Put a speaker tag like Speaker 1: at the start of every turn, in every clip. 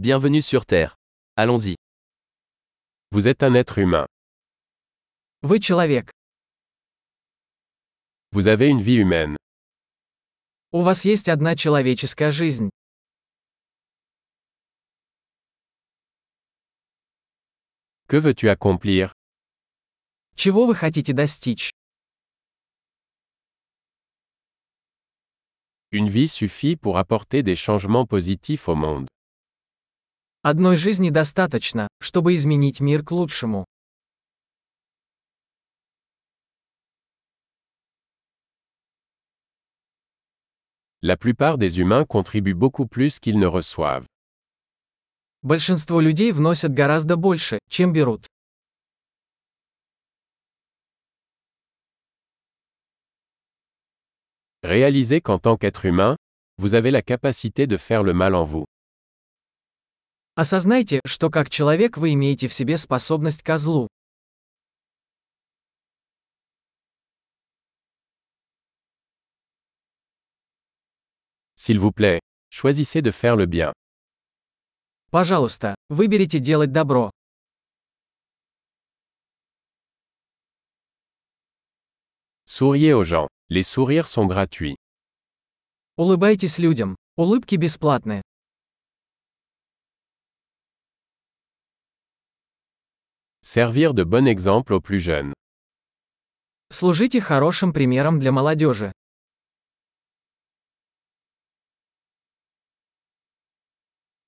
Speaker 1: Bienvenue sur Terre. Allons-y.
Speaker 2: Vous êtes un être humain.
Speaker 3: Вы человек.
Speaker 2: Vous avez une vie humaine.
Speaker 3: У вас есть одна человеческая жизнь.
Speaker 2: Que veux-tu accomplir
Speaker 3: Чего вы хотите достичь?
Speaker 2: Une vie suffit pour apporter des changements positifs au monde.
Speaker 3: Одной жизни достаточно, чтобы изменить мир к лучшему.
Speaker 2: La plupart des humains contribuent beaucoup plus qu'ils ne reçoivent.
Speaker 3: Большинство людей вносят гораздо больше, чем берут.
Speaker 2: Réalisez qu'en tant qu'être humain, vous avez la capacité de faire le mal en vous.
Speaker 3: Осознайте, что как человек вы имеете в себе способность ко злу.
Speaker 2: S'il vous plaît, choisissez de faire le bien.
Speaker 3: Пожалуйста, выберите делать добро.
Speaker 2: Souriez aux gens. Les sourires sont gratuits.
Speaker 3: Улыбайтесь людям. Улыбки бесплатны.
Speaker 2: Servir de bon exemple aux plus jeunes.
Speaker 3: Служите хорошим примером для молодежи.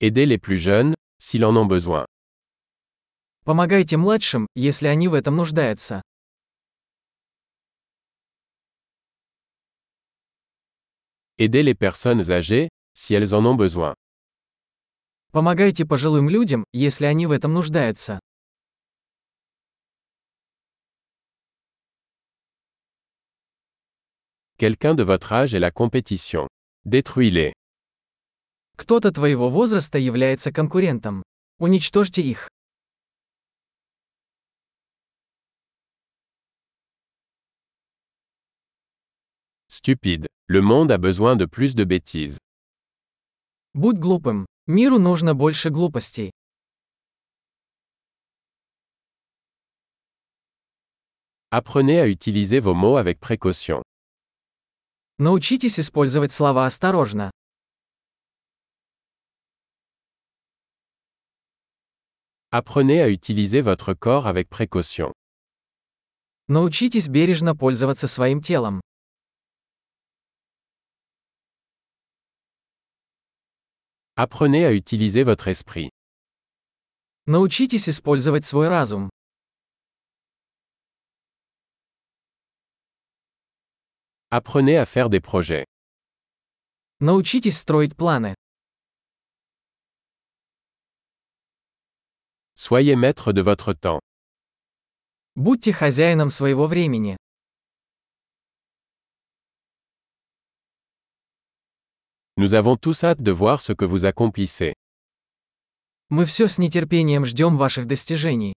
Speaker 2: Aidez les plus jeunes, s'ils en ont besoin.
Speaker 3: Помогайте младшим, если они в этом нуждаются.
Speaker 2: Aidez les personnes âgées, si elles en ont besoin.
Speaker 3: Помогайте пожилым людям, если они в этом нуждаются.
Speaker 2: Quelqu'un de votre âge est la compétition. Détruis-les.
Speaker 3: Кто-то твоего возраста является конкурентом. Уничтожьте их.
Speaker 2: Stupide. Le monde a besoin de plus de bêtises.
Speaker 3: Будь глупым. Миру нужно больше глупостей.
Speaker 2: Apprenez à utiliser vos mots avec précaution.
Speaker 3: Научитесь использовать слова осторожно.
Speaker 2: Apprenez à utiliser votre corps avec précaution.
Speaker 3: Научитесь бережно пользоваться своим телом.
Speaker 2: Apprenez à utiliser votre esprit.
Speaker 3: Научитесь использовать свой разум.
Speaker 2: Apprenez à faire des projets.
Speaker 3: Научитесь строить планы.
Speaker 2: Soyez maître de votre temps.
Speaker 3: Будьте хозяином своего времени.
Speaker 2: Nous avons tous hâte de voir ce que vous accomplissez.
Speaker 3: Мы все с нетерпением ждем ваших достижений.